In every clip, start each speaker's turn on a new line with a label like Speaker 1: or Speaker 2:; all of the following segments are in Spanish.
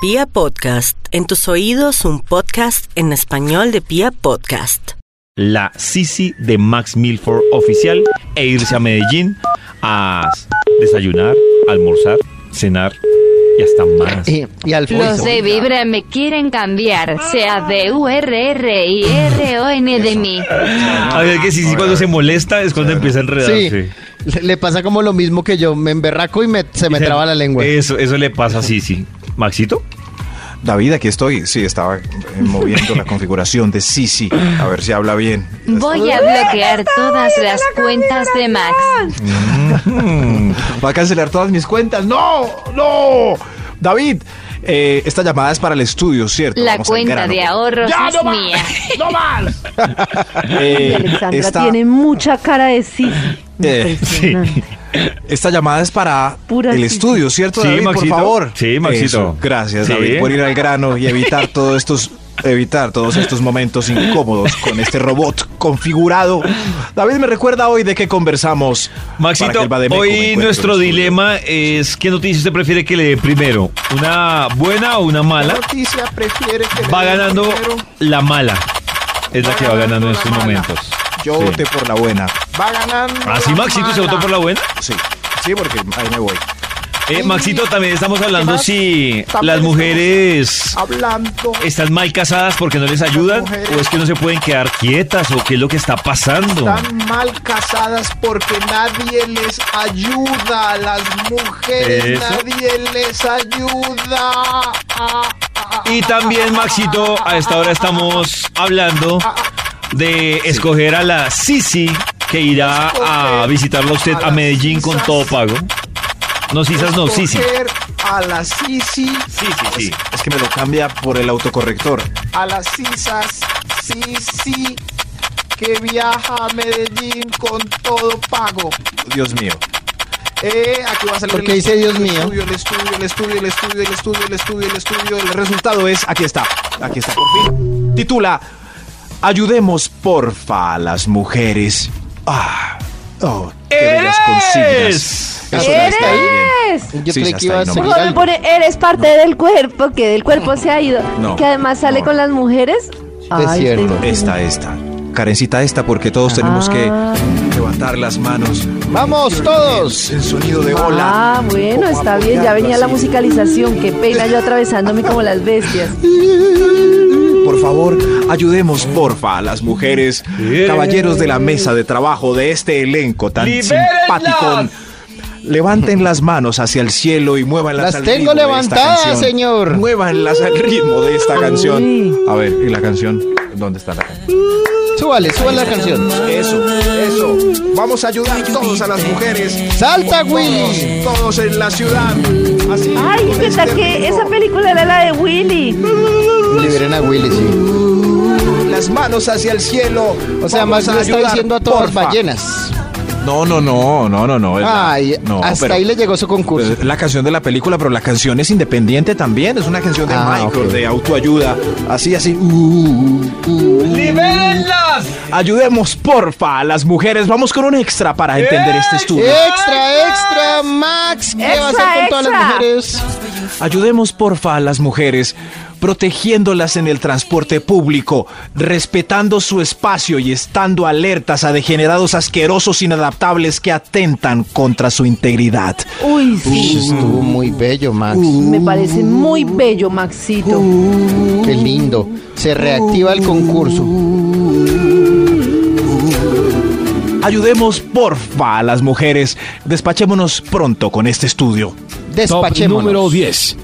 Speaker 1: Pia Podcast, en tus oídos un podcast en español de Pia Podcast.
Speaker 2: la Sisi de Max Milford oficial e irse a Medellín a desayunar, almorzar, cenar y hasta más.
Speaker 3: Y, y Alfonso.
Speaker 4: Los de Vibra me quieren cambiar, sea de U R R I R O N de mí.
Speaker 2: A ver que Sisi cuando se molesta es cuando empieza a
Speaker 3: Sí,
Speaker 2: enredarse.
Speaker 3: le- le pasa como lo mismo que yo, me emberraco y me, se me traba la lengua.
Speaker 5: Eh,
Speaker 2: Eso, eso le pasa a Sisi. ¿Maxito?
Speaker 5: David, aquí estoy. Sí, estaba eh, moviendo la configuración de Sisi. A ver si habla bien.
Speaker 4: Voy a bloquear todas las cuentas de Max.
Speaker 5: Mm. Va a cancelar todas mis cuentas. ¡No! ¡No! David, eh, esta llamada es para el estudio, ¿cierto?
Speaker 4: La
Speaker 5: Vamos al
Speaker 4: cuenta
Speaker 5: grano.
Speaker 4: de ahorros es mía.
Speaker 5: Eh,
Speaker 6: Alexandra
Speaker 5: esta,
Speaker 6: tiene mucha cara de sí.
Speaker 5: eh, esta llamada es para
Speaker 6: Pura
Speaker 5: el
Speaker 6: Sisi.
Speaker 5: estudio, ¿cierto,
Speaker 2: Sí,
Speaker 5: David?
Speaker 2: Maxito.
Speaker 5: Por favor.
Speaker 2: Sí, Maxito.
Speaker 5: Eso, gracias,
Speaker 2: Sí.
Speaker 5: David, por ir al grano y evitar todos estos... Evitar todos estos momentos incómodos con este robot configurado. David me recuerda hoy de qué conversamos. para que
Speaker 2: Maxito,
Speaker 5: el Vademécum
Speaker 2: hoy
Speaker 5: encuentre
Speaker 2: nuestro
Speaker 5: un estudio.
Speaker 2: dilema es qué noticia usted prefiere que le dé primero, una buena o una mala.
Speaker 5: noticia prefiere que le
Speaker 2: Va
Speaker 5: den
Speaker 2: ganando
Speaker 5: primero?
Speaker 2: la mala. Es la que va ganando en
Speaker 5: la
Speaker 2: estos
Speaker 5: mala.
Speaker 2: momentos.
Speaker 5: Yo
Speaker 2: Sí.
Speaker 5: voté por la buena. Va ganando.
Speaker 2: Así Maxito se votó por la buena.
Speaker 5: Sí, sí, porque ahí me voy.
Speaker 2: Eh, Maxito, también estamos hablando
Speaker 5: más?
Speaker 2: si
Speaker 5: También
Speaker 2: las
Speaker 5: estamos
Speaker 2: mujeres
Speaker 5: Hablando.
Speaker 2: están mal casadas porque no les ayudan
Speaker 5: mujeres.
Speaker 2: o es que no se pueden quedar quietas o qué es lo que está pasando.
Speaker 5: Están mal casadas porque nadie les ayuda a las mujeres.
Speaker 2: Eso.
Speaker 5: Nadie les ayuda.
Speaker 2: Y también, Maxito, a esta hora estamos hablando de escoger a la Sisi que irá a
Speaker 5: Escoger
Speaker 2: visitarla a usted
Speaker 5: a
Speaker 2: a
Speaker 5: las
Speaker 2: Medellín con
Speaker 5: sisas.
Speaker 2: todo pago. No, Sisas no, Sisi.
Speaker 5: Escoger A la Sisi.
Speaker 2: Sí, sí, sí.
Speaker 5: Es que me lo cambia por el autocorrector. A las sisas, Sisi, que viaja a Medellín con todo pago. Dios mío. Eh, aquí va a salir
Speaker 3: ¿Por qué
Speaker 5: el
Speaker 3: dice Dios
Speaker 5: el
Speaker 3: mío?
Speaker 5: estudio, el estudio, el estudio, el estudio, el estudio, el estudio, el estudio. El resultado es, aquí está, aquí está, por fin. Titula, Ayudemos porfa a las mujeres. Ah, oh, qué bellas consignas.
Speaker 2: ¡Eres!
Speaker 5: Eso ya está
Speaker 6: ¡Eres!
Speaker 5: bien.
Speaker 3: Yo
Speaker 5: Sí,
Speaker 3: creí
Speaker 5: ya
Speaker 3: que
Speaker 5: está
Speaker 3: iba a
Speaker 5: ahí nomás.
Speaker 3: ser
Speaker 6: Luego pues, me
Speaker 3: algo.
Speaker 6: pone, eres parte del cuerpo, que del cuerpo se ha ido.
Speaker 5: No,
Speaker 6: y que además sale
Speaker 5: no. Eh,
Speaker 6: con las mujeres.
Speaker 3: cierto.
Speaker 6: este-
Speaker 5: Esta, esta. Karencita esta porque todos tenemos que levantar las manos.
Speaker 3: Ah. ¡Vamos todos!
Speaker 5: El sonido de ola.
Speaker 6: Ah, bueno, está bien, ya venía la musicalización. Qué pena yo atravesándome como las bestias.
Speaker 5: Por favor, ayudemos porfa a las mujeres,
Speaker 2: Bien.
Speaker 5: caballeros de la mesa de trabajo de este elenco tan
Speaker 2: ¡Libérenlas!
Speaker 5: simpático. Levanten las manos hacia el cielo y muévanlas
Speaker 3: Las
Speaker 5: al
Speaker 3: tengo
Speaker 5: ritmo de esta
Speaker 3: levantadas,
Speaker 5: canción.
Speaker 3: señor.
Speaker 5: Muévanlas al ritmo de esta
Speaker 6: Uy.
Speaker 5: canción. A ver, ¿y la canción? ¿Dónde está la canción?
Speaker 3: Súbale, súbale la canción.
Speaker 5: Eso, eso. Vamos a ayudar todos a las mujeres.
Speaker 3: ¡Salta, Willy!
Speaker 5: Todos en la ciudad. Así.
Speaker 6: Ay,
Speaker 5: con
Speaker 6: ¿qué tal
Speaker 5: este
Speaker 6: que
Speaker 5: ritmo.
Speaker 6: esa película era la de Willy?
Speaker 3: Liberen a Willy, sí.
Speaker 5: Las manos hacia el cielo.
Speaker 3: O sea,
Speaker 5: Vamos
Speaker 3: más le está
Speaker 5: ayudar,
Speaker 3: diciendo a todas las
Speaker 5: porfa.
Speaker 3: ballenas.
Speaker 5: No, no, no, no, no, no. es la-
Speaker 3: Ay,
Speaker 5: no,
Speaker 3: hasta
Speaker 5: pero-
Speaker 3: ahí le llegó su concurso.
Speaker 5: pero es La canción de la película, pero la canción es independiente también. Es una canción de
Speaker 3: Ah,
Speaker 5: Michael,
Speaker 3: ok.
Speaker 5: de autoayuda. Así, así. uh, uh, uh, uh.
Speaker 2: ¡Libérenlas!
Speaker 5: Ayudemos, porfa, a las mujeres. Vamos con un extra para entender este estudio.
Speaker 3: ¡Eh! ¡Extra, extra, Max! ¿Qué va a hacer
Speaker 6: Extra,
Speaker 3: con todas las
Speaker 6: extra.
Speaker 3: mujeres?
Speaker 5: Ayudemos porfa a las mujeres, protegiéndolas en el transporte público, respetando su espacio y estando alertas a degenerados asquerosos inadaptables que atentan contra su integridad.
Speaker 6: Uy, sí.
Speaker 3: Estuvo muy bello, Max.
Speaker 6: Me parece muy bello, Maxito.
Speaker 5: Uh.
Speaker 3: Qué lindo. Se reactiva el concurso.
Speaker 5: Ayudemos porfa a las mujeres, despachémonos pronto con este estudio.
Speaker 3: Despachémonos. número 10.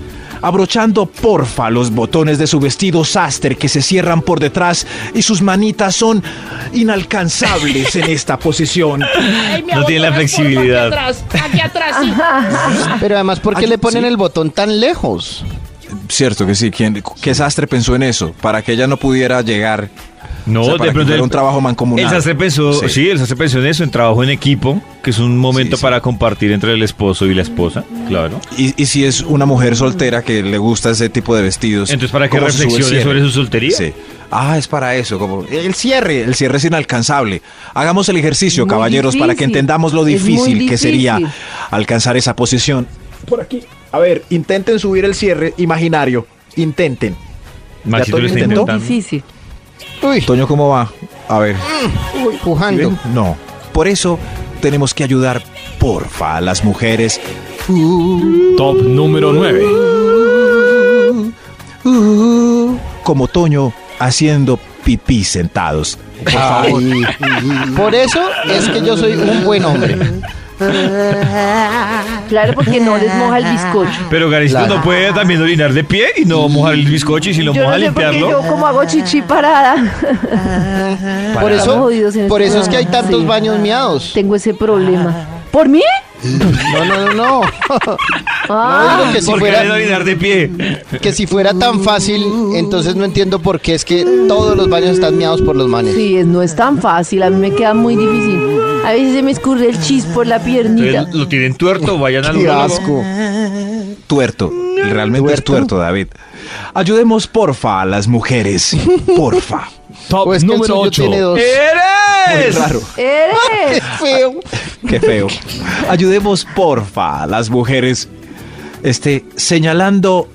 Speaker 5: abrochando porfa los botones de su vestido sastre que se cierran por detrás y sus manitas son inalcanzables en esta posición.
Speaker 2: No tiene la flexibilidad.
Speaker 3: Pero además, ¿por qué
Speaker 5: Ay,
Speaker 3: le ponen
Speaker 5: sí.
Speaker 3: el botón tan lejos?
Speaker 5: Cierto que sí, ¿quién, ¿qué sastre pensó en eso? Para que ella no pudiera llegar.
Speaker 2: No,
Speaker 5: O sea, para
Speaker 2: de
Speaker 5: que
Speaker 2: pronto.
Speaker 5: fuera
Speaker 2: el-
Speaker 5: un trabajo mancomunado.
Speaker 2: El sastre pensó, sí.
Speaker 5: Sí.
Speaker 2: el sastre pensó en eso, en trabajo en equipo, que es un momento
Speaker 5: Sí, sí.
Speaker 2: para compartir entre el esposo y la esposa, claro.
Speaker 5: Y, y si es una mujer soltera que le gusta ese tipo de vestidos.
Speaker 2: Entonces, ¿para qué
Speaker 5: ¿cómo se sube el
Speaker 2: reflexione
Speaker 5: cierre?
Speaker 2: sobre su soltería?
Speaker 5: Sí. Ah, es para eso, como el cierre, el cierre es inalcanzable. Hagamos el ejercicio,
Speaker 6: Muy
Speaker 5: caballeros, para que
Speaker 6: difícil.
Speaker 5: entendamos lo
Speaker 6: Es muy
Speaker 5: difícil, que
Speaker 6: difícil.
Speaker 5: sería alcanzar esa posición. A ver, intenten subir el cierre imaginario. Intenten.
Speaker 2: Maxito
Speaker 5: Toño
Speaker 2: lo está
Speaker 5: intentó.
Speaker 2: intentando.
Speaker 6: Difícil.
Speaker 3: Uy,
Speaker 5: Toño, ¿cómo va? A ver.
Speaker 3: uy, pujando.
Speaker 5: ¿Ven? No. Por eso tenemos que ayudar, porfa, a las mujeres.
Speaker 7: Top número 9.
Speaker 5: Como Toño haciendo pipí sentados. Por
Speaker 3: Ah,
Speaker 5: favor.
Speaker 3: Por eso es que yo soy un buen hombre.
Speaker 6: Claro, porque no les moja el bizcocho.
Speaker 2: Pero Garecito
Speaker 3: Claro.
Speaker 2: no puede también orinar de pie y no mojar el bizcocho y si lo
Speaker 6: yo
Speaker 2: moja
Speaker 6: no sé por qué
Speaker 2: limpiarlo.
Speaker 6: yo como hago chichi parada.
Speaker 3: Por
Speaker 6: Estamos
Speaker 3: eso,
Speaker 6: jodidos en
Speaker 3: por
Speaker 6: este
Speaker 3: eso es que hay
Speaker 6: programa,
Speaker 3: tantos
Speaker 6: sí.
Speaker 3: baños miados.
Speaker 6: Tengo ese problema. ¿Por mí?
Speaker 3: No, no, no, no.
Speaker 6: Ah,
Speaker 3: No digo que si
Speaker 2: ¿Por qué debe
Speaker 3: fuera,
Speaker 2: orinar de pie?
Speaker 3: que si fuera tan fácil, entonces no entiendo por qué es que todos los baños están miados por los manes.
Speaker 6: sí, es- no es tan fácil. A mí me queda muy difícil. A veces se me escurre el chis por la piernita.
Speaker 2: Entonces, lo tienen tuerto, vayan al
Speaker 3: Qué
Speaker 2: urólogo.
Speaker 3: asco.
Speaker 5: Tuerto. Realmente es tuerto, David. Ayudemos, porfa, a las mujeres. Porfa.
Speaker 7: Top
Speaker 3: O es que el
Speaker 7: número
Speaker 3: suyo
Speaker 7: 8.
Speaker 3: tiene dos.
Speaker 5: Muy
Speaker 2: ¡Eres!
Speaker 5: raro.
Speaker 3: Qué
Speaker 6: ¡Eres!
Speaker 3: feo.
Speaker 5: Qué feo. Ayudemos, porfa, a las mujeres. Este, señalando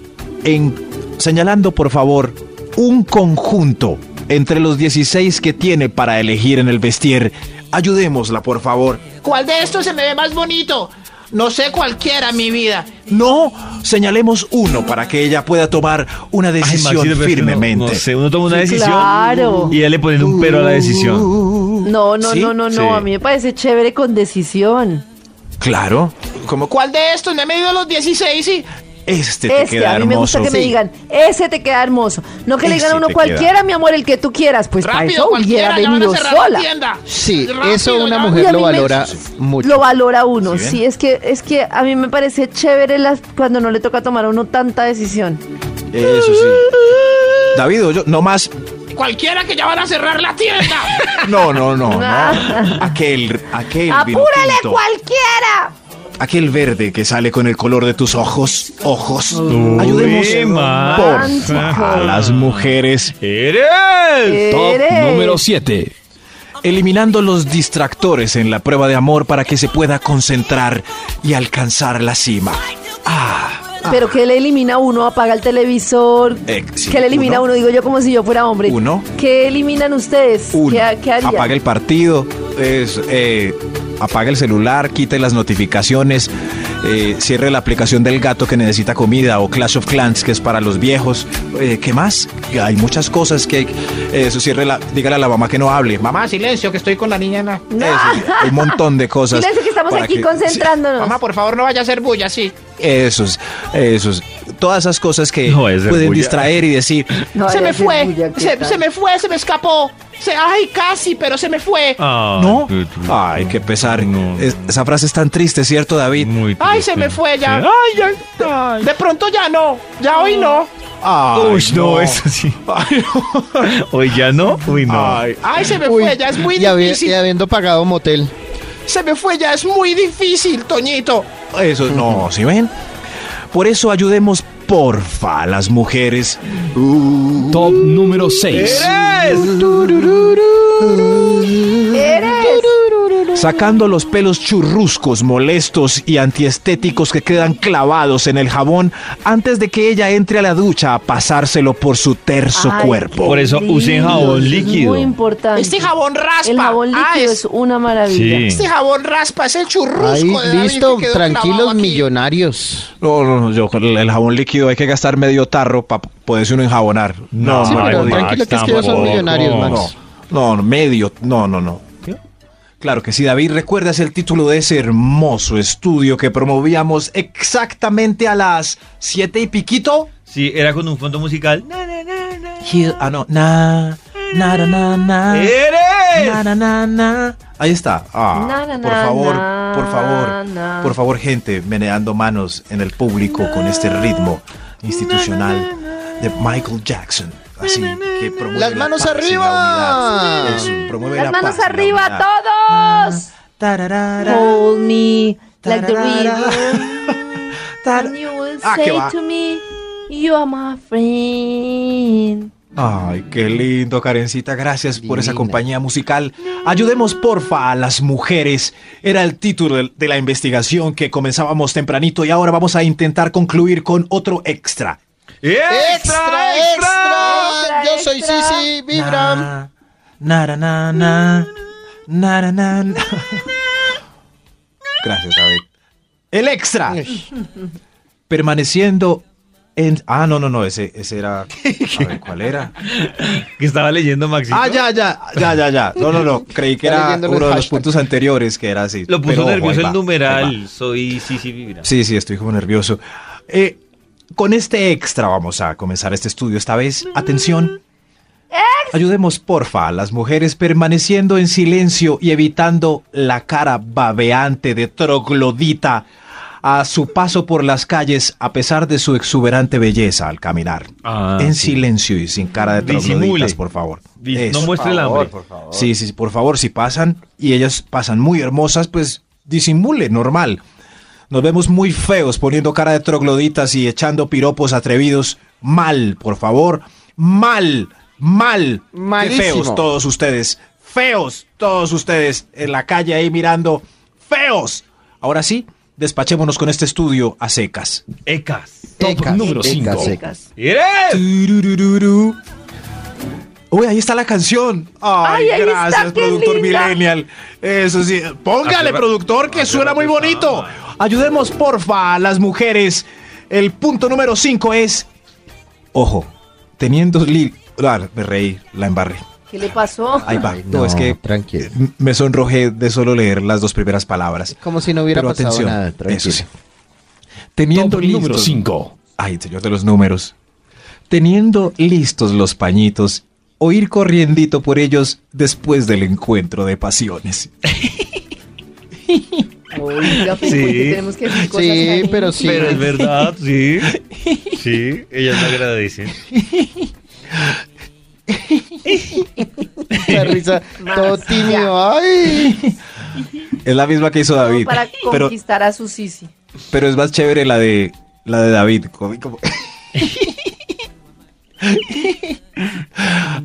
Speaker 5: en. Señalando, por favor, un conjunto entre los 16 que tiene para elegir en el vestir. Ayudémosla, por favor.
Speaker 8: ¿Cuál de estos se me ve más bonito? No sé cualquiera, mi vida.
Speaker 5: No, señalemos uno para que ella pueda tomar una
Speaker 2: Ay, Maxito,
Speaker 5: decisión
Speaker 2: pero es que uno-
Speaker 5: firmemente.
Speaker 2: no sé, uno toma una decisión
Speaker 6: claro.
Speaker 2: y ya le ponen un pero a la decisión.
Speaker 6: No, no,
Speaker 5: ¿Sí?
Speaker 6: no, no, no.
Speaker 2: Sí.
Speaker 6: A mí me parece chévere con decisión.
Speaker 5: Claro. Como cuál.
Speaker 8: ¿Cuál de estos? No he medido los 16 y...
Speaker 5: Este te
Speaker 6: Este,
Speaker 5: queda
Speaker 6: a mí me gusta
Speaker 5: hermoso.
Speaker 6: que me
Speaker 5: Sí.
Speaker 6: digan, ese te queda hermoso. No que le digan
Speaker 5: Ese
Speaker 6: a uno
Speaker 5: te
Speaker 6: cualquiera, mi amor, el que tú quieras. Pues para
Speaker 8: Rápido,
Speaker 6: eso hubiera
Speaker 8: cualquiera, ya van a
Speaker 6: venido
Speaker 8: cerrar
Speaker 6: sola.
Speaker 8: la tienda.
Speaker 3: Sí,
Speaker 8: Rápido,
Speaker 3: eso una
Speaker 8: ya.
Speaker 6: Y a
Speaker 3: mujer lo
Speaker 6: mí me-
Speaker 3: valora mucho.
Speaker 6: Lo valora uno.
Speaker 5: ¿Sí
Speaker 6: Sí,
Speaker 5: ven?
Speaker 6: es que es que a mí me parece chévere las, cuando no le toca tomar a uno tanta decisión.
Speaker 5: Eso sí. David, o yo, no más
Speaker 8: Cualquiera que ya van a cerrar la tienda.
Speaker 5: No, no, no, no.
Speaker 6: Ah.
Speaker 5: Aquel, aquel vino
Speaker 6: ¡Apúrale
Speaker 5: tinto,
Speaker 6: cualquiera!
Speaker 5: aquel verde que sale con el color de tus ojos, ojos.
Speaker 2: Uy,
Speaker 5: Ayudemos
Speaker 2: Max.
Speaker 5: por a las mujeres,
Speaker 2: ¡Eres!
Speaker 7: Top
Speaker 6: Eres.
Speaker 7: número 7.
Speaker 5: eliminando los distractores en la prueba de amor para que se pueda concentrar y alcanzar la cima. Ah,
Speaker 6: Pero que le elimina uno, apaga el televisor.
Speaker 5: Eh, sí,
Speaker 6: que le elimina
Speaker 5: uno.
Speaker 6: uno? digo yo como si yo fuera hombre.
Speaker 5: Uno.
Speaker 6: ¿Qué eliminan ustedes?
Speaker 5: uno,
Speaker 6: ¿Qué, qué harían?
Speaker 5: apaga el partido, es, eh, apaga el celular, quite las notificaciones, eh, cierre la aplicación del gato que necesita comida o Clash of Clans que es para los viejos. Eh, ¿Qué más? Hay muchas cosas que hay- eso cierre la, dígale a la mamá que no hable, mamá.
Speaker 8: Mamá, Ah, silencio, que estoy con la niña. na.
Speaker 5: eso, hay un montón de cosas.
Speaker 6: Silencio, que estamos
Speaker 5: para
Speaker 6: aquí
Speaker 5: que-
Speaker 6: concentrándonos.
Speaker 8: Mamá, Ah, por favor, no vaya a hacer bulla, sí.
Speaker 5: sí, esos, esos. Todas esas cosas que
Speaker 2: No es
Speaker 5: pueden
Speaker 2: orgullo.
Speaker 5: distraer y decir,
Speaker 6: No,
Speaker 8: se
Speaker 6: ya
Speaker 8: me
Speaker 6: se
Speaker 8: fue.
Speaker 6: bulla, ¿qué
Speaker 8: Se,
Speaker 6: tal?
Speaker 8: se me fue, se me escapó. Se, ay, casi, pero se me fue.
Speaker 2: Ah,
Speaker 5: no.
Speaker 2: qué-
Speaker 5: Ay, qué pesar.
Speaker 2: No, no.
Speaker 5: Es- esa frase es tan triste, ¿cierto, David?
Speaker 2: Muy
Speaker 8: Ay, se
Speaker 2: triste.
Speaker 8: me fue ya.
Speaker 2: Sí.
Speaker 8: Ay, ya. De pronto ya no. Ya hoy no.
Speaker 5: Ay,
Speaker 2: Uy, no, eso sí. Hoy ya no. Uy, no.
Speaker 5: Ay,
Speaker 8: Ay, se me
Speaker 3: Uy,
Speaker 8: fue ya. Es muy
Speaker 3: y, habi-
Speaker 8: difícil.
Speaker 3: y habiendo pagado motel.
Speaker 8: Se me fue ya. Es muy difícil, Toñito.
Speaker 5: Eso no, ¿sí ven? Por eso ayudemos, porfa, a las mujeres.
Speaker 7: Top número 6.
Speaker 6: Eres.
Speaker 5: Sacando los pelos churruscos, molestos y antiestéticos que quedan clavados en el jabón antes de que ella entre a la ducha a pasárselo por su terso
Speaker 6: Ay,
Speaker 5: cuerpo.
Speaker 2: Por eso
Speaker 6: lindo,
Speaker 2: usen jabón
Speaker 6: eso es
Speaker 2: líquido.
Speaker 6: Muy importante.
Speaker 8: Este jabón raspa.
Speaker 6: El jabón líquido
Speaker 8: Ah,
Speaker 6: es una maravilla.
Speaker 2: Sí.
Speaker 8: Este jabón raspa es el churrusco
Speaker 3: Ahí,
Speaker 8: de David
Speaker 3: listo,
Speaker 8: que quedó clavado
Speaker 3: tranquilos,
Speaker 8: aquí.
Speaker 3: millonarios.
Speaker 5: No, no, no, yo con el el jabón líquido hay que gastar medio tarro para poderse uno enjabonar. No,
Speaker 3: Sí,
Speaker 5: no,
Speaker 3: pero
Speaker 5: no,
Speaker 3: tranquilo que es que ellos son
Speaker 2: tampoco.
Speaker 3: millonarios, Max.
Speaker 5: no, no, medio, no, no, no. Claro que sí, David, recuerdas el título de ese hermoso estudio que promovíamos exactamente a las siete y piquito.
Speaker 2: Sí, era con un fondo musical.
Speaker 5: Here- ah, no, na, na, na, na, na,
Speaker 2: ¡Eres!
Speaker 5: na, na, na, na. Ahí está. Ah,
Speaker 6: Na, na,
Speaker 5: por
Speaker 6: na,
Speaker 5: favor,
Speaker 6: na,
Speaker 5: por favor,
Speaker 6: na.
Speaker 5: por favor, gente, meneando manos en el público con este ritmo institucional de Michael Jackson. Así que promueve
Speaker 3: Las
Speaker 5: la
Speaker 3: manos
Speaker 5: paz y la
Speaker 3: arriba.
Speaker 5: unidad. Eso, promueve
Speaker 6: Las
Speaker 5: la
Speaker 6: manos
Speaker 5: paz y la
Speaker 6: arriba,
Speaker 5: unidad. Ah.
Speaker 6: todos. Hold me like the river. And you will
Speaker 5: Ah, ¿qué
Speaker 6: say
Speaker 5: va?
Speaker 6: to me, you are my friend.
Speaker 5: Ay, qué lindo, Karencita. Gracias por esa
Speaker 3: Divina.
Speaker 5: compañía musical. Ayudemos, porfa, a las mujeres. Era el título del- de la investigación que comenzábamos tempranito y ahora vamos a intentar concluir con otro extra.
Speaker 3: ¡Extra, extra!
Speaker 6: Extra,
Speaker 3: Yo soy
Speaker 6: extra.
Speaker 3: Sisi Vibram.
Speaker 5: Na, na, na, na, na, na, na, na. Gracias, David. El extra. Permaneciendo en... Ah, no, no, no, ese, ese era... A ver, ¿cuál era?
Speaker 2: Que estaba leyendo Maxito.
Speaker 5: Ah, ya, ya, ya, ya, ya. No, no, no. Creí que
Speaker 3: Está
Speaker 5: era
Speaker 3: leyendo los
Speaker 5: uno de los
Speaker 3: hashtags.
Speaker 5: puntos anteriores que era así.
Speaker 2: Lo puso
Speaker 5: Pero ojo,
Speaker 2: nervioso
Speaker 5: ahí va,
Speaker 2: el
Speaker 5: ahí va.
Speaker 2: numeral. Soy Sisi Vibra.
Speaker 5: Sí, sí, estoy como nervioso. Eh, con este extra vamos a comenzar este estudio esta vez. Atención. Ayudemos, porfa, a las mujeres permaneciendo en silencio y evitando la cara babeante de troglodita a su paso por las calles a pesar de su exuberante belleza al caminar.
Speaker 2: Ah,
Speaker 5: en
Speaker 2: sí.
Speaker 5: silencio y sin cara de
Speaker 2: Disimule.
Speaker 5: trogloditas, por favor.
Speaker 2: Dis- No
Speaker 5: Eso.
Speaker 2: muestre el hambre.
Speaker 5: Sí, sí, sí, por favor, si pasan y ellas pasan muy hermosas, pues disimule, normal. Nos vemos muy feos poniendo cara de trogloditas y echando piropos atrevidos. Mal, por favor. Mal, mal. Qué
Speaker 3: Malísimo.
Speaker 5: feos todos ustedes. Feos todos ustedes en la calle ahí mirando. Feos. Ahora sí, despachémonos con este estudio a secas.
Speaker 2: Ecas.
Speaker 7: Top
Speaker 3: Ecas,
Speaker 7: número
Speaker 3: ecas,
Speaker 7: 5.
Speaker 3: ecas.
Speaker 2: ¡Eres!
Speaker 5: Tururururu. Uy, ahí está la canción. Ay,
Speaker 6: Ay, ahí está,
Speaker 5: gracias,
Speaker 6: qué
Speaker 5: productor
Speaker 6: linda.
Speaker 5: Millennial. Eso sí. Póngale,
Speaker 2: Arriba-
Speaker 5: productor, que
Speaker 2: arriba
Speaker 5: suena muy
Speaker 2: tu
Speaker 5: bonito.
Speaker 2: fama.
Speaker 5: Ayudemos, porfa, a las mujeres. El punto número 5 es. Ojo, teniendo. li- Ah, me reí, la embarré.
Speaker 6: ¿Qué le pasó?
Speaker 5: Ahí va.
Speaker 3: Ay,
Speaker 5: no,
Speaker 3: no,
Speaker 5: es que
Speaker 3: tranquilo.
Speaker 5: eh, me sonrojé de solo leer las dos primeras palabras.
Speaker 3: Como si no hubiera
Speaker 5: Pero
Speaker 3: pasado
Speaker 5: atención,
Speaker 3: nada.
Speaker 5: eso
Speaker 3: Tranquilo.
Speaker 5: sí. Teniendo
Speaker 7: Top número
Speaker 5: listos-
Speaker 7: 5.
Speaker 5: Ay, señor de los números. Teniendo listos los pañitos o ir corriendito por ellos después del encuentro de pasiones.
Speaker 6: Oiga, pero
Speaker 2: Sí.
Speaker 6: ¿por qué tenemos que decir cosas
Speaker 3: Sí,
Speaker 6: tan
Speaker 3: pero sí.
Speaker 2: Pero es verdad, sí. Sí, ellas lo agradecen.
Speaker 3: Esa risa, todo tímido. Ay.
Speaker 5: Es la misma que hizo
Speaker 6: Todo
Speaker 5: David.
Speaker 6: para
Speaker 5: Pero,
Speaker 6: conquistar a su Sisi.
Speaker 5: pero es más chévere la de la de David. como- como-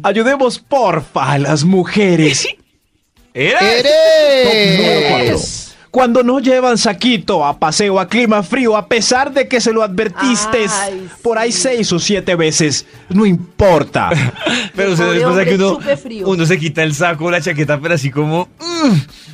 Speaker 5: Ayudemos porfa a las mujeres.
Speaker 3: ¡Eres!
Speaker 5: Cuando no llevan saquito a paseo a clima frío, a pesar de que se lo advertiste
Speaker 6: Ay,
Speaker 5: por ahí
Speaker 6: sí.
Speaker 5: seis o siete veces, no importa.
Speaker 2: Pero o sea,
Speaker 6: Pobre
Speaker 2: después de que
Speaker 6: hombre,
Speaker 2: uno,
Speaker 6: súper frío.
Speaker 2: uno se quita el saco, la chaqueta, pero así como.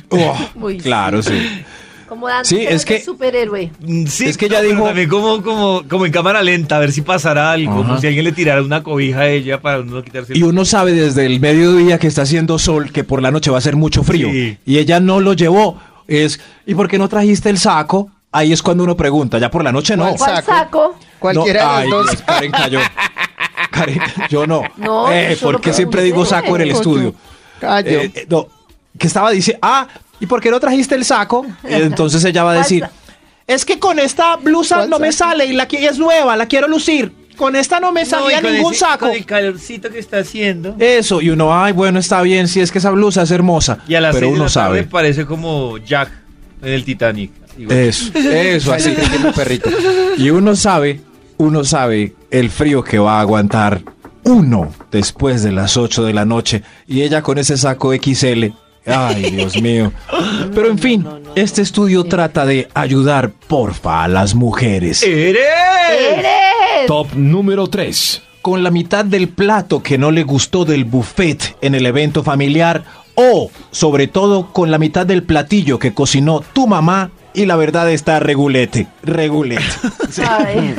Speaker 5: Oh,
Speaker 6: Uy, sí.
Speaker 5: claro, sí.
Speaker 6: Como dando
Speaker 5: Sí,
Speaker 6: pero
Speaker 5: es
Speaker 6: de
Speaker 5: que-
Speaker 6: superhéroe.
Speaker 2: mm, Sí,
Speaker 5: Es que ella
Speaker 2: pero
Speaker 5: dijo-
Speaker 2: También como, como, como en cámara lenta, a ver si pasará algo. Como
Speaker 5: Ajá.
Speaker 2: si alguien le tirara una cobija a ella para uno quitarse el.
Speaker 5: Y uno sabe desde el mediodía que está haciendo sol que por la noche va a ser mucho frío.
Speaker 2: Sí.
Speaker 5: Y ella no lo llevó. Es, ¿y por qué no trajiste el saco? Ahí es cuando uno pregunta, ya por la noche no.
Speaker 3: ¿Cuál
Speaker 6: ¿Cuál
Speaker 3: Saco.
Speaker 6: saco?
Speaker 3: Cualquiera
Speaker 5: No,
Speaker 3: de
Speaker 5: ay,
Speaker 3: los dos.
Speaker 5: Karen cayó. Karen, yo no.
Speaker 6: No,
Speaker 5: Eh,
Speaker 6: yo solo
Speaker 5: porque siempre
Speaker 6: pregunté.
Speaker 5: digo saco en el estudio.
Speaker 3: Callo.
Speaker 5: Eh, eh, no, que estaba dice, ah, ¿y por qué no trajiste el saco? Y entonces ella va a decir, es que con esta blusa
Speaker 3: ¿Cuál
Speaker 5: no me
Speaker 3: saco?
Speaker 5: sale y la qui- es nueva, la quiero lucir. Con esta no me salía ningún saco. Eh,
Speaker 2: calorcito que está haciendo.
Speaker 5: Eso, y uno, ay, bueno, está bien, si es que esa blusa es hermosa.
Speaker 2: Y a las
Speaker 5: pero
Speaker 2: seis de
Speaker 5: uno
Speaker 2: la tarde
Speaker 5: sabe.
Speaker 2: parece como Jack en el Titanic. Igual.
Speaker 5: Eso, eso, así. Y uno sabe, uno sabe el frío que va a aguantar uno después de las 8 de la noche. Y ella con ese saco XL. Ay, Dios mío. Pero en fin, este estudio trata de ayudar, porfa, a las mujeres. Eh,
Speaker 2: ¡Eres!
Speaker 6: ¡Eres!
Speaker 7: Top número 3.
Speaker 5: Con la mitad del plato que no le gustó del buffet en el evento familiar. O, sobre todo, con la mitad del platillo que cocinó tu mamá. Y la verdad está regulete. Regulete.
Speaker 6: Ay,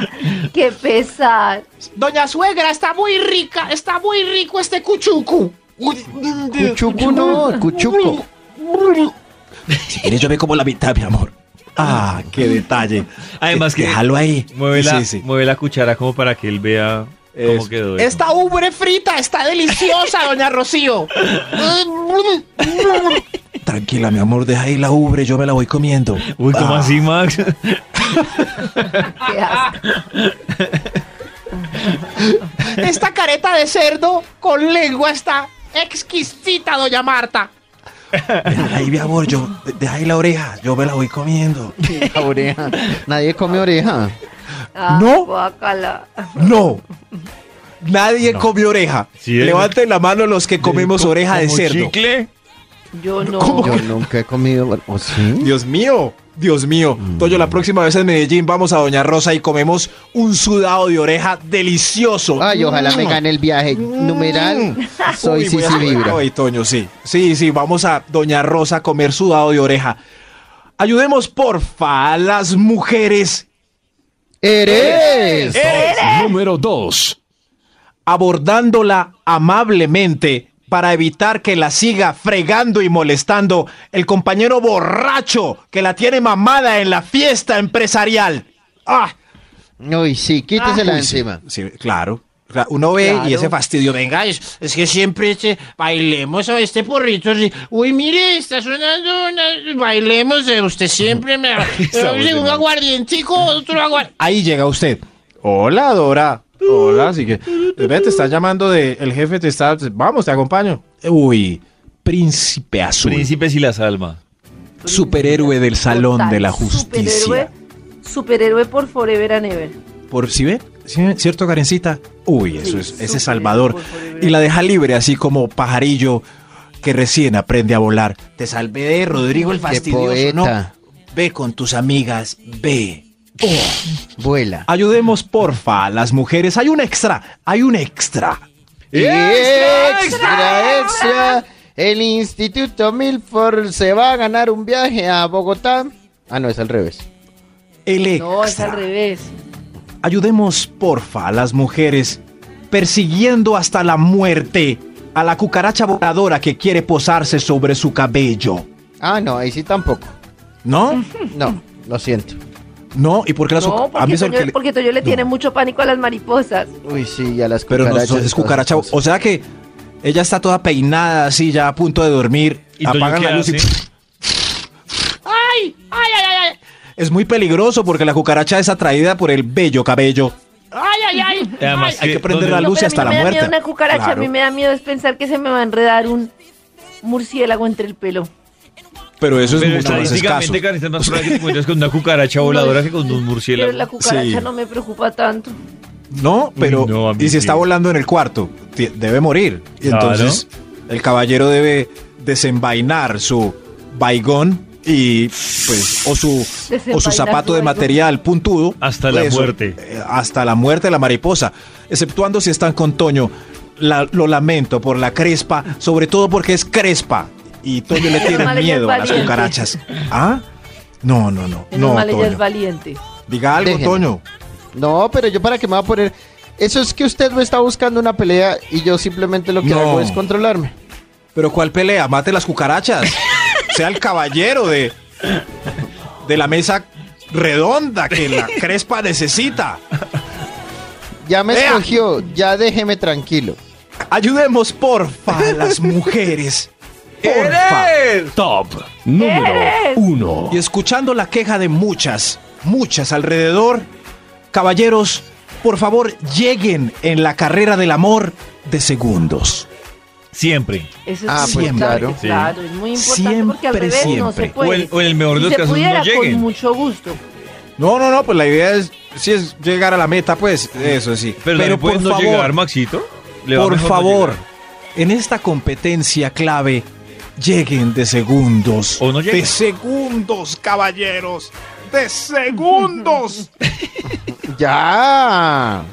Speaker 6: ¡Qué pesar!
Speaker 8: Doña suegra, está muy rica, está muy rico este cuchucu.
Speaker 3: Cuchuco no, cuchuco.
Speaker 5: Si quieres, yo ve como la mitad, mi amor. Ah, qué detalle. Eh,
Speaker 2: Además que-
Speaker 5: Déjalo ahí.
Speaker 2: Mueve, la,
Speaker 5: Sí, sí.
Speaker 2: mueve la cuchara como para que él vea
Speaker 5: Eso.
Speaker 2: cómo quedó. eso.
Speaker 8: Esta ubre frita está deliciosa, doña Rocío.
Speaker 5: Tranquila, mi amor, deja ahí la ubre, yo me la voy comiendo.
Speaker 2: Uy, ¿cómo
Speaker 5: Ah,
Speaker 2: así, Max?
Speaker 6: ¡Qué asco!
Speaker 8: Esta careta de cerdo con lengua está exquisita, doña Marta.
Speaker 5: Déjala ahí, mi amor, yo, deja ahí la oreja, yo me la voy comiendo.
Speaker 3: La oreja. Nadie come oreja.
Speaker 6: Ah,
Speaker 5: No.
Speaker 6: guácala.
Speaker 5: No. Nadie come oreja.
Speaker 2: Sí, es-
Speaker 5: Levanten la mano los que comemos oreja de
Speaker 2: ¿Como
Speaker 5: cerdo.
Speaker 2: chicle?
Speaker 6: Yo no.
Speaker 3: Yo nunca he comido. ¿O sí?
Speaker 5: Dios mío, Dios mío.
Speaker 2: Mm.
Speaker 5: Toyo, la próxima vez en Medellín vamos a Doña Rosa y comemos un sudado de oreja delicioso. Mm.
Speaker 3: Ay, ojalá me gane el viaje. Numeral, soy
Speaker 5: Uy, voy a-
Speaker 3: Sisi Vibra.
Speaker 5: Ay, Toño, sí. Sí, sí, vamos a Doña Rosa a comer sudado de oreja. Ayudemos, porfa, a las mujeres
Speaker 3: ¡Eres!
Speaker 7: Número 2.
Speaker 5: abordándola amablemente para evitar que la siga fregando y molestando el compañero borracho que la tiene mamada en la fiesta empresarial. ¡Ah!
Speaker 3: Uy, sí, quítesela
Speaker 5: Uy, sí,
Speaker 3: encima.
Speaker 5: Sí, claro. Cla- Uno ve y ese fastidio, venga,
Speaker 8: Ay, es, es que siempre este, bailemos a este porrito. sí. Uy, mire, está sonando una. Bailemos, eh, usted siempre me. Eh, un aguardientico, otro aguardientico.
Speaker 5: ahí llega usted. Hola, Dora. Hola, así que ve, te está llamando de el jefe te está vamos, te acompaño. Uy, príncipe azul,
Speaker 2: Príncipes y la salma.
Speaker 5: superhéroe del salón
Speaker 6: Total,
Speaker 5: de la justicia.
Speaker 6: Superhéroe, superhéroe por Forever and Ever.
Speaker 5: Por si ve, ¿Sí ve? cierto Karencita. Uy, eso
Speaker 6: Sí,
Speaker 5: es ese
Speaker 6: súper,
Speaker 5: Salvador
Speaker 6: por favor.
Speaker 5: y la deja libre así como pajarillo que recién aprende a volar. Te salve de Rodrigo el fastidioso, ¿no?
Speaker 3: poeta.
Speaker 5: Ve con tus amigas, ve.
Speaker 3: Vuela.
Speaker 5: Ayudemos, porfa, a las mujeres. Hay un extra, hay un extra.
Speaker 3: Extra, extra, extra. El Instituto Milford se va a ganar un viaje a Bogotá. Ah, no, es al revés.
Speaker 5: El extra.
Speaker 6: No, es al revés.
Speaker 5: Ayudemos, porfa, a las mujeres persiguiendo hasta la muerte a la cucaracha voladora que quiere posarse sobre su cabello.
Speaker 3: Ah, no, ahí sí tampoco.
Speaker 5: ¿No?
Speaker 3: No, lo siento.
Speaker 5: No, ¿y por qué las
Speaker 6: No,
Speaker 5: cuca- a mí
Speaker 6: porque
Speaker 5: eso
Speaker 6: Toño,
Speaker 5: que le-
Speaker 6: porque Toño le tiene mucho pánico a las mariposas.
Speaker 3: Uy, sí, y a las
Speaker 5: Pero no,
Speaker 3: cucarachas.
Speaker 5: es cucaracha.
Speaker 3: todas esas
Speaker 5: O sea que ella está toda peinada así, ya a punto de dormir.
Speaker 2: ¿Y Toño
Speaker 5: apagan
Speaker 2: qué
Speaker 5: la luz y...
Speaker 2: hace?
Speaker 8: ¡Ay! ¡Ay, ay, ay! ay.
Speaker 5: Es muy peligroso porque la cucaracha es atraída por el bello cabello.
Speaker 8: ¡Ay, ay, ay!
Speaker 2: Además,
Speaker 8: ay.
Speaker 5: Hay que prender la
Speaker 2: ¿dónde-
Speaker 6: No,
Speaker 5: luz y
Speaker 6: pero
Speaker 5: hasta
Speaker 6: a
Speaker 5: la
Speaker 6: mí no me
Speaker 5: muerte.
Speaker 6: da miedo una cucaracha,
Speaker 5: Claro.
Speaker 6: a mí me da miedo es pensar que se me va a enredar un murciélago entre el pelo.
Speaker 5: Pero eso es
Speaker 2: Pero
Speaker 5: mucho más escaso.
Speaker 2: estadísticamente, Karen, es más probable que te encuentres con una cucaracha voladora que con un
Speaker 6: Pero
Speaker 2: murciélago.
Speaker 6: la cucaracha
Speaker 5: Sí.
Speaker 6: no me preocupa tanto.
Speaker 5: No, pero
Speaker 2: Uy, no, a mí
Speaker 5: y si
Speaker 2: sí.
Speaker 5: está volando en el cuarto, Ti- debe morir. Y
Speaker 2: Claro.
Speaker 5: entonces el caballero debe desenvainar su baigón y pues o su o su
Speaker 6: Desenvainar
Speaker 5: zapato
Speaker 6: su
Speaker 5: de
Speaker 6: vaigón.
Speaker 5: material puntudo
Speaker 2: Hasta la muerte.
Speaker 5: eh, hasta la muerte de la mariposa, exceptuando si están con Toño. La- lo lamento por la crespa, sobre todo porque es crespa y Toño le tiene
Speaker 6: mal ella es
Speaker 5: miedo a las
Speaker 6: valiente.
Speaker 5: cucarachas. ¿Ah? No, no, no,
Speaker 6: Menos
Speaker 5: no,
Speaker 6: mal ella es
Speaker 5: Toño.
Speaker 6: valiente.
Speaker 5: Diga algo,
Speaker 3: Déjeme.
Speaker 5: Toño.
Speaker 3: cosas. No, pero yo para qué me voy a poner. Eso es que usted me está buscando una pelea y yo simplemente lo que
Speaker 5: No.
Speaker 3: hago es controlarme.
Speaker 5: Pero ¿cuál pelea? Mate las cucarachas. sea el caballero de, de la mesa redonda que la crespa necesita.
Speaker 3: Ya me
Speaker 5: Vea.
Speaker 3: escogió, ya déjeme tranquilo.
Speaker 5: Ayudemos, porfa, a las mujeres. Porfa.
Speaker 7: Top
Speaker 6: Eh.
Speaker 7: número 1.
Speaker 5: Y escuchando la queja de muchas, muchas alrededor, caballeros, por favor, lleguen en la carrera del amor de segundos.
Speaker 2: Siempre.
Speaker 6: Eso es
Speaker 3: Ah,
Speaker 6: muy
Speaker 3: pues,
Speaker 6: importante,
Speaker 3: claro.
Speaker 2: Sí.
Speaker 6: claro, es muy importante porque al
Speaker 5: Siempre,
Speaker 6: revés no se
Speaker 5: siempre.
Speaker 6: puede.
Speaker 2: O en- o en el mejor de
Speaker 6: Si
Speaker 2: los
Speaker 6: se
Speaker 2: casos no
Speaker 6: pudiera,
Speaker 2: lleguen.
Speaker 6: Con mucho gusto.
Speaker 5: No, no, no, pues la idea es, si es llegar a la meta, pues eso sí.
Speaker 2: Pero, Pero puedes no llegar, Maxito. Le va
Speaker 5: Por
Speaker 2: mejor no
Speaker 5: favor,
Speaker 2: llegar.
Speaker 5: en esta competencia clave, lleguen de segundos.
Speaker 2: O no lleguen.
Speaker 5: de segundos, caballeros. De segundos.
Speaker 3: Ya.